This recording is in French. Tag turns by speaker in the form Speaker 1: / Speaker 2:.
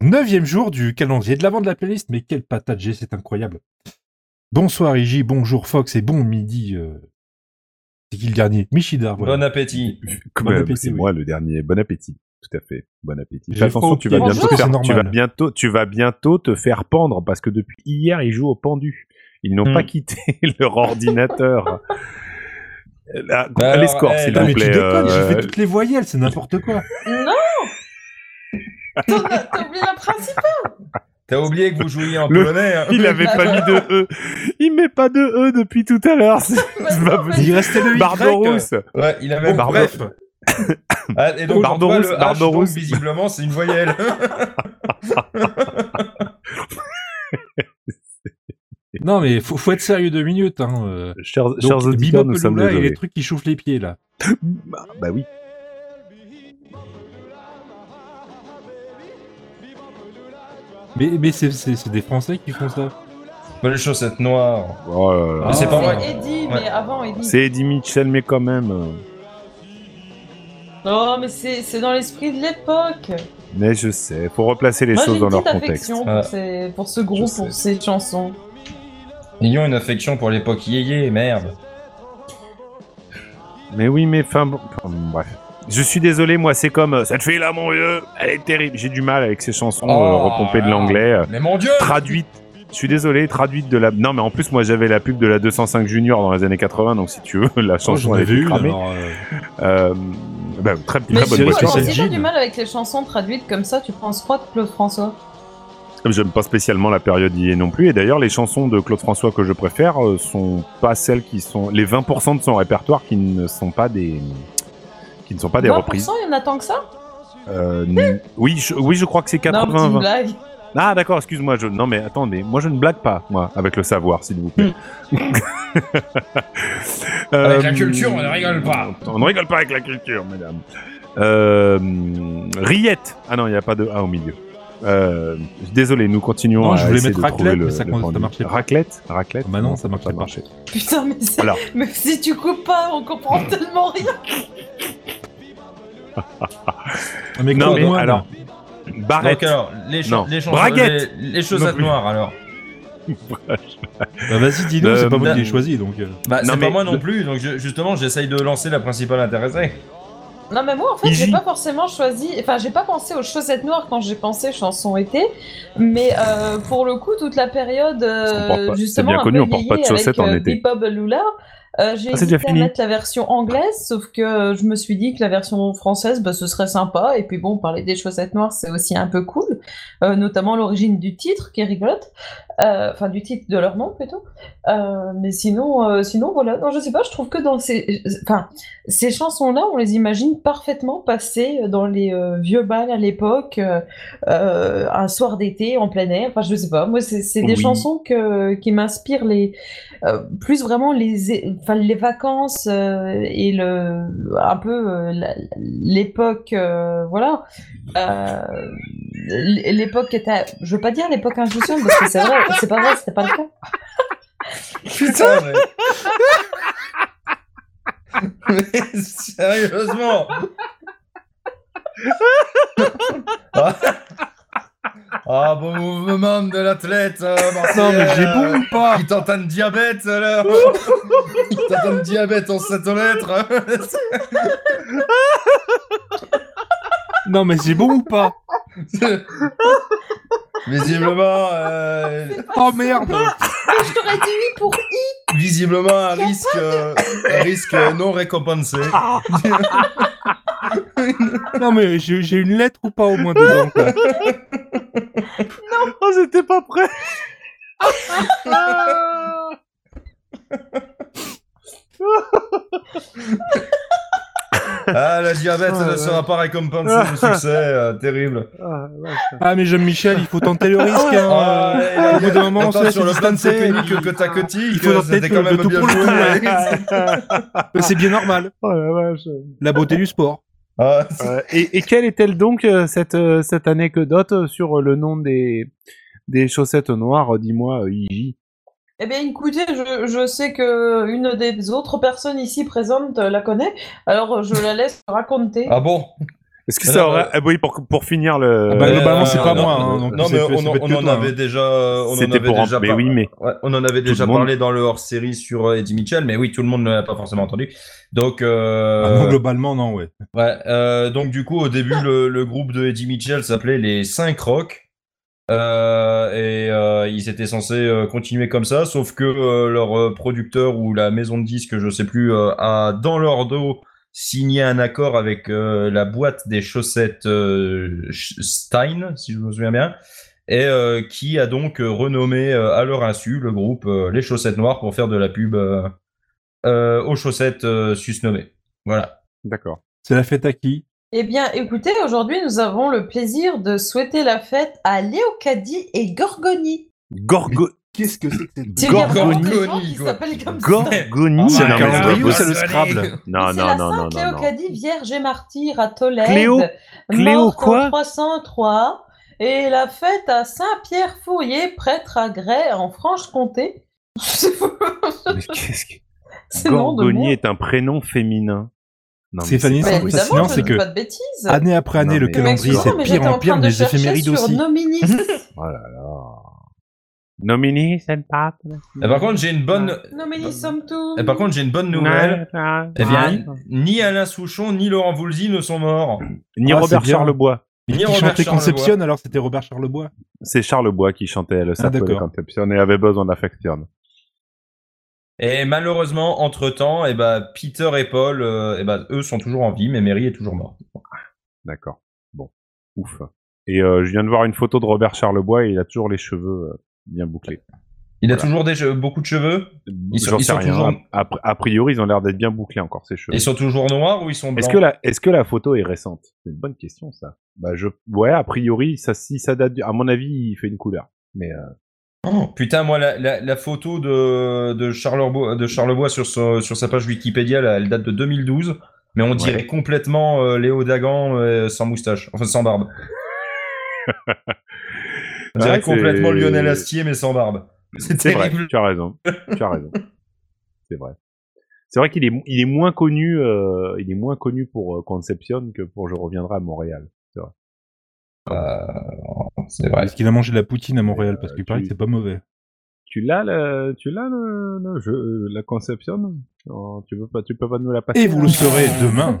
Speaker 1: Neuvième jour du calendrier de l'avant de la playlist, mais quelle patate j'ai, c'est incroyable. Bonsoir Iji, bonjour Fox et bon midi. euh, C'est qui le dernier Michidar, voilà.
Speaker 2: Bon appétit.
Speaker 1: Bon
Speaker 3: Bah,
Speaker 1: appétit,
Speaker 3: c'est
Speaker 1: oui.
Speaker 3: moi le dernier. Bon appétit. Tout à fait. Bon appétit.
Speaker 1: J'ai
Speaker 3: Fais attention,
Speaker 1: froid au
Speaker 3: tu vas
Speaker 1: pied,
Speaker 3: bientôt,
Speaker 1: parce que
Speaker 3: te faire-
Speaker 1: c'est
Speaker 3: tu vas
Speaker 1: normal.
Speaker 3: bientôt, tu vas bientôt te faire pendre parce que depuis hier, ils jouent au pendu. Ils n'ont
Speaker 2: Hmm.
Speaker 3: pas quitté leur ordinateur. Euh, là,
Speaker 2: Bah
Speaker 3: les
Speaker 2: alors,
Speaker 3: scores,
Speaker 2: eh,
Speaker 3: s'il
Speaker 1: Putain,
Speaker 3: vous
Speaker 1: mais tu
Speaker 3: plaît.
Speaker 1: déconnes, j'ai
Speaker 3: euh,
Speaker 1: fait toutes les voyelles, c'est n'importe quoi.
Speaker 4: Non T'as t'as oublié la principale
Speaker 2: T'as oublié que vous jouiez en
Speaker 3: Le-
Speaker 2: polonais. hein.
Speaker 3: Il avait pas mis de E. Il met pas de E depuis tout à l'heure. C'est c'est pas possible.
Speaker 1: Il restait le
Speaker 3: Barberousse.
Speaker 2: Ouais, il avait.
Speaker 1: Bon,
Speaker 3: Barbe-
Speaker 1: bref,
Speaker 2: Ah, et donc, Barberousse,
Speaker 3: Barberousse,
Speaker 2: le H,
Speaker 3: Barberousse.
Speaker 2: donc, visiblement, c'est une voyelle.
Speaker 1: non mais faut, faut être sérieux deux minutes. Hein. euh.
Speaker 3: Chers, chers
Speaker 1: Donc,
Speaker 3: auditeurs,
Speaker 1: Bebop
Speaker 3: nous sommes
Speaker 1: Lula et les
Speaker 3: désolés.
Speaker 1: trucs qui chauffent les pieds là.
Speaker 3: Bah, bah oui.
Speaker 1: Mais, mais c'est- c'est c'est des Français qui font ça.
Speaker 2: Bah, les chaussettes noires.
Speaker 3: Oh là là.
Speaker 2: Mais c'est pas
Speaker 4: C'est
Speaker 2: vrai.
Speaker 4: Eddie, mais
Speaker 2: Ouais.
Speaker 4: avant Eddie.
Speaker 3: C'est Eddie Mitchell, mais quand même.
Speaker 4: Non, mais c'est c'est dans l'esprit de l'époque.
Speaker 3: Mais je sais, faut replacer les
Speaker 4: Moi, j'ai
Speaker 3: choses
Speaker 4: une
Speaker 3: dans leur
Speaker 4: petite
Speaker 3: contexte.
Speaker 4: affection
Speaker 2: Ah.
Speaker 4: pour, ces- pour ce groupe,
Speaker 3: Je
Speaker 4: pour ces chansons.
Speaker 2: Ayons une affection pour l'époque yéyé, merde.
Speaker 3: Mais oui, mais enfin, bon, enfin, bref. Je suis désolé, moi, c'est comme euh, cette fille-là, mon vieux, elle est terrible. J'ai du mal avec ces chansons
Speaker 2: Oh,
Speaker 3: euh, repompées de
Speaker 2: là.
Speaker 3: l'anglais, euh,
Speaker 2: Mais mon dieu
Speaker 3: traduites. Je suis désolé, traduites de la. Non, mais en plus, moi, j'avais la pub de la 205 Junior dans les années 80, donc si tu veux, la chanson
Speaker 1: Oh, J'en
Speaker 3: elle
Speaker 1: avais
Speaker 3: était
Speaker 1: une.
Speaker 3: cramée.
Speaker 1: alors, euh,
Speaker 3: Euh, bah, très
Speaker 4: Mais
Speaker 3: très
Speaker 1: la
Speaker 3: bonne
Speaker 1: série,
Speaker 4: justement,
Speaker 3: voiture.
Speaker 1: c'est
Speaker 4: si
Speaker 1: Jean.
Speaker 4: t'as du mal avec les chansons traduites comme ça, tu penses quoi de Claude François
Speaker 3: J'aime pas spécialement la période IE non plus. Et d'ailleurs, les chansons de Claude François que je préfère euh, sont pas celles qui sont les 20% de son répertoire qui ne sont pas des qui ne sont pas des
Speaker 4: 20%,
Speaker 3: reprises.
Speaker 4: il y en a tant que ça
Speaker 3: Euh, n- oui, je, oui, je crois que c'est
Speaker 4: Non, petite
Speaker 3: 80-20.
Speaker 4: blague.
Speaker 3: Ah, d'accord, excuse-moi. Je... Non, mais attendez, moi je ne blague pas, moi, avec le savoir, s'il vous plaît. Euh,
Speaker 2: Hmm. Avec la culture, on ne rigole pas.
Speaker 3: On ne rigole pas avec la culture, madame. Euh, Riette. Ah non, il n'y a pas de A au milieu. Euh, désolé, nous continuons
Speaker 1: Non,
Speaker 3: à
Speaker 1: je voulais
Speaker 3: essayer
Speaker 1: mettre
Speaker 3: de
Speaker 1: raclette,
Speaker 3: trouver le-
Speaker 1: mais ça
Speaker 3: le
Speaker 1: commence- ça
Speaker 3: pendu.
Speaker 1: marchait pas.
Speaker 3: Raclette Raclette
Speaker 1: Bah non, ça marchait pas.
Speaker 3: marchait.
Speaker 4: Putain, mais, c'est-
Speaker 3: Alors.
Speaker 4: mais si tu coupes pas, on comprend tellement rien.
Speaker 1: mais
Speaker 3: Non,
Speaker 1: quoi,
Speaker 3: mais
Speaker 1: moi,
Speaker 3: alors,
Speaker 2: Donc
Speaker 3: Barrette.
Speaker 2: alors, les, cha-
Speaker 3: Non.
Speaker 2: les chansons-
Speaker 3: Braguette.
Speaker 2: les- les chaussettes
Speaker 3: Non plus.
Speaker 2: noires, alors.
Speaker 1: Bah, vas-y, dis-nous,
Speaker 3: Euh,
Speaker 1: c'est pas moi
Speaker 2: bah-
Speaker 1: qui l'ai choisi donc. euh.
Speaker 2: Bah,
Speaker 3: Non,
Speaker 2: c'est
Speaker 3: mais
Speaker 2: pas moi non
Speaker 3: le-
Speaker 2: plus, donc je- justement, j'essaye de lancer la principale intéressée.
Speaker 4: Non, mais moi, en fait, j'ai
Speaker 3: Easy.
Speaker 4: pas forcément choisi. Enfin, j'ai pas pensé aux chaussettes noires quand j'ai pensé chansons été. Mais euh, pour le coup, toute la période,
Speaker 3: Parce qu'on porte
Speaker 4: euh,
Speaker 3: pas- c'est
Speaker 4: justement,
Speaker 3: bien
Speaker 4: un
Speaker 3: connu,
Speaker 4: peu
Speaker 3: on porte pas de
Speaker 4: vieillie
Speaker 3: chaussettes
Speaker 4: avec,
Speaker 3: en
Speaker 4: euh,
Speaker 3: été.
Speaker 4: Bebop Lula. Euh, j'ai
Speaker 3: Ah, c'est déjà
Speaker 4: hésité à
Speaker 3: fini.
Speaker 4: mettre la version anglaise, sauf que euh, je me suis dit que la version française, bah, ce serait sympa. Et puis bon, parler des chaussettes noires, c'est aussi un peu cool, Euh, notamment l'origine du titre qui est rigolote, Euh, enfin du titre de leur nom plutôt. Euh, mais sinon, euh, sinon voilà, non, je sais pas, je trouve que dans ces, enfin, ces chansons-là, on les imagine parfaitement passer dans les euh, vieux bals à l'époque, euh, euh, un soir d'été en plein air. Enfin, je sais pas. Moi, c'est c'est des
Speaker 3: Oui.
Speaker 4: chansons que, qui m'inspirent les euh, plus vraiment les, enfin, les vacances euh, et le un peu euh, la- l'époque, euh, voilà. Euh, l'époque qui était, je veux pas dire l'époque insouciante parce que c'est vrai, c'est pas vrai, c'était pas le cas.
Speaker 1: Ah
Speaker 2: Putain, mais... Mais sérieusement Ah Ah, bon mouvement de l'athlète euh,
Speaker 1: Non, mais j'ai
Speaker 2: marseillaise,
Speaker 1: bon ou pas
Speaker 2: Il t'entend de diabète, alors Il t'entend de diabète en 7 lettres
Speaker 1: Non, mais c'est bon ou pas
Speaker 2: Visiblement, euh,
Speaker 1: Oh merde
Speaker 4: Je t'aurais dit oui pour I.
Speaker 2: visiblement un risque, euh, un risque non récompensé.
Speaker 1: Non, mais j'ai j'ai une lettre ou pas au moins dedans quoi.
Speaker 3: Oh, j'étais pas prêt. Ah,
Speaker 2: Ah, le diabète
Speaker 3: Ah,
Speaker 2: ne
Speaker 3: ouais.
Speaker 2: sera pas récompensé de succès, euh, terrible.
Speaker 3: Ah, ouais.
Speaker 1: Ah, mais j'aime Michel, il faut tenter le risque. hein,
Speaker 2: Ah,
Speaker 1: euh.
Speaker 2: ouais,
Speaker 1: Au bout d'un moment, on
Speaker 2: Attends,
Speaker 1: se laisse
Speaker 2: sur le plan
Speaker 1: distancer,
Speaker 2: technique
Speaker 1: il-
Speaker 2: que t'as cotique,
Speaker 1: il faut leur
Speaker 2: c'était
Speaker 1: tête,
Speaker 2: quand
Speaker 1: le-
Speaker 2: même
Speaker 1: le tout
Speaker 2: bien
Speaker 1: pour le
Speaker 2: joué.
Speaker 1: C'est bien normal.
Speaker 3: Oh la vache.
Speaker 1: La beauté du sport.
Speaker 2: Ah, c'est-
Speaker 3: Euh, et, et quelle est-elle donc euh, cette, euh, cette anecdote euh, sur euh, le nom des, des chaussettes noires euh, Dis-moi, euh, Iji.
Speaker 4: Eh bien, écoutez, je, je sais que une des autres personnes ici présentes euh, la connaît, alors je la laisse raconter.
Speaker 2: ah bon
Speaker 3: Est-ce que ça
Speaker 2: Alors,
Speaker 3: aurait
Speaker 2: euh,
Speaker 3: ah oui, pour, pour finir le.
Speaker 1: Ah bah, globalement, c'est pas
Speaker 2: non,
Speaker 1: moi,
Speaker 2: non,
Speaker 1: hein, donc
Speaker 2: non,
Speaker 1: c'est-
Speaker 2: mais
Speaker 1: c'est- ça
Speaker 2: on, en-
Speaker 1: peut être
Speaker 2: on
Speaker 1: que
Speaker 2: en
Speaker 1: toi,
Speaker 2: avait
Speaker 1: hein.
Speaker 2: déjà, on en
Speaker 3: C'était
Speaker 2: avait
Speaker 3: pour.
Speaker 2: déjà
Speaker 3: en- Mais
Speaker 2: par-
Speaker 3: oui, mais.
Speaker 2: Ouais, on en avait
Speaker 3: Tout
Speaker 2: déjà
Speaker 3: le monde.
Speaker 2: parlé dans le hors-série sur euh, Eddie Mitchell, mais oui, tout le monde ne l'a pas forcément entendu. Donc, euh,
Speaker 1: Ah non, globalement, non, ouais.
Speaker 2: ouais, euh, donc du coup, au début, le, le groupe de Eddie Mitchell s'appelait les 5 Rock. Euh, et euh, ils étaient censés euh, continuer comme ça, sauf que euh, leur euh, producteur ou la maison de disques, je sais plus, euh, a dans leur dos signé un accord avec euh, la boîte des chaussettes euh, Sch- Stein, si je me souviens bien, et euh, qui a donc euh, renommé euh, à leur insu le groupe euh, Les Chaussettes Noires pour faire de la pub euh, euh, aux chaussettes euh, susnommées. Voilà.
Speaker 3: D'accord.
Speaker 1: C'est la fête à qui
Speaker 4: Eh bien, écoutez, aujourd'hui, nous avons le plaisir de souhaiter la fête à Léocadie et Gorgoni.
Speaker 3: Gorgo...
Speaker 1: Qu'est-ce que c'est que cette
Speaker 4: Tu regardes
Speaker 2: Gorgoni,
Speaker 4: vraiment des gens qui
Speaker 2: quoi.
Speaker 4: s'appellent comme ça.
Speaker 3: Gorgoni.
Speaker 1: C'est
Speaker 3: Non,
Speaker 1: Ah, un
Speaker 3: mais c'est
Speaker 1: calendrier
Speaker 3: pas
Speaker 1: ou c'est
Speaker 3: possible.
Speaker 1: le Scrabble
Speaker 3: Non,
Speaker 4: Mais c'est la
Speaker 3: non, non, non,
Speaker 4: Sainte
Speaker 3: non, non.
Speaker 4: Léocadie, Vierge et Martyr à Tolède.
Speaker 3: Cléo- Cléo
Speaker 4: morte en
Speaker 3: quoi
Speaker 4: 303. Et la fête à Saint-Pierre Fourier, prêtre à Grès en Franche-Comté. C'est fou.
Speaker 3: Mais qu'est-ce que-
Speaker 4: C'est le nom de
Speaker 3: Gorgoni
Speaker 4: moi.
Speaker 3: est un prénom féminin. Non, mais
Speaker 1: Stéphanie,
Speaker 3: pas
Speaker 1: c'est
Speaker 4: Bah,
Speaker 1: un
Speaker 3: possible.
Speaker 1: prénom
Speaker 4: évidemment,
Speaker 1: c'est
Speaker 4: je ne
Speaker 1: que-
Speaker 4: dis pas de bêtises.
Speaker 1: Année après année,
Speaker 3: Non,
Speaker 1: le
Speaker 3: mais-
Speaker 4: Mais
Speaker 1: calendrier,
Speaker 4: excuse-moi,
Speaker 1: c'est
Speaker 4: mais
Speaker 1: pire
Speaker 4: j'étais
Speaker 1: en
Speaker 4: en train
Speaker 1: pire,
Speaker 4: de
Speaker 1: mais les
Speaker 4: chercher
Speaker 1: éphémérides
Speaker 4: sur
Speaker 1: aussi.
Speaker 4: Nominis.
Speaker 3: Oh là là. Nomini, sen pat.
Speaker 2: Et Euh, par contre, j'ai une bonne.
Speaker 4: Nominis sommes tous.
Speaker 2: Et par contre, j'ai une bonne nouvelle. Eh bien, ni Alain Souchon ni Laurent Voulzy ne sont morts.
Speaker 3: ni
Speaker 1: Ah, c'est
Speaker 3: Robert
Speaker 1: bien.
Speaker 3: Charlebois.
Speaker 1: Mais
Speaker 2: Ni
Speaker 1: qui
Speaker 2: Robert
Speaker 1: chantait
Speaker 2: Charlebois.
Speaker 1: Conception, alors c'était Robert Charlebois.
Speaker 3: C'est Charlebois qui chantait le Cercle de
Speaker 1: Ah, d'accord.
Speaker 3: Conception et avait besoin d'affection.
Speaker 2: Et malheureusement, entre temps, et ben Peter et Paul, euh, eh ben, eux sont toujours en vie, mais Mary est toujours morte.
Speaker 3: D'accord. Bon. Ouf. Et euh, je viens de voir une photo de Robert Charlebois et il a toujours les cheveux euh, bien bouclés.
Speaker 2: Il a
Speaker 3: Voilà.
Speaker 2: toujours des cheveux- beaucoup de cheveux. Ils sont-
Speaker 3: J'en
Speaker 2: ils
Speaker 3: sais
Speaker 2: sont
Speaker 3: rien.
Speaker 2: toujours-
Speaker 3: A, a- a priori, ils ont l'air d'être bien bouclés encore ces cheveux.
Speaker 2: Ils sont toujours noirs ou ils sont blancs
Speaker 3: Est-ce que la est-ce que la photo est récente C'est une bonne question ça. Bah je ouais a priori ça si ça date du- à mon avis il fait une couleur. Mais euh,
Speaker 2: Oh, Putain, moi, la, la- la photo de, de, Charlebois, de Charlebois sur, son- sur sa page Wikipédia, là, elle date de 2012, mais on dirait complètement euh, Léo Dagan euh, sans moustache, enfin sans barbe. on dirait
Speaker 3: Ouais, c'est-
Speaker 2: complètement Lionel Astier, mais sans barbe. C'est
Speaker 3: c'est vrai.
Speaker 2: terrible.
Speaker 3: Tu as raison. tu as raison. C'est vrai. C'est vrai qu'il est mo- il est moins connu euh, il est moins connu pour euh, Concepcion que pour Je reviendrai à Montréal.
Speaker 2: C'est vrai.
Speaker 1: Parce qu'il a mangé de la poutine à Montréal, parce qu'il paraît
Speaker 3: tu-
Speaker 1: que c'est pas mauvais.
Speaker 3: Tu l'as le euh, tu l'as le, le jeu- la Concepcion Non, Tu veux pas tu peux pas nous la passer
Speaker 1: Et vous le
Speaker 3: là
Speaker 1: saurez demain.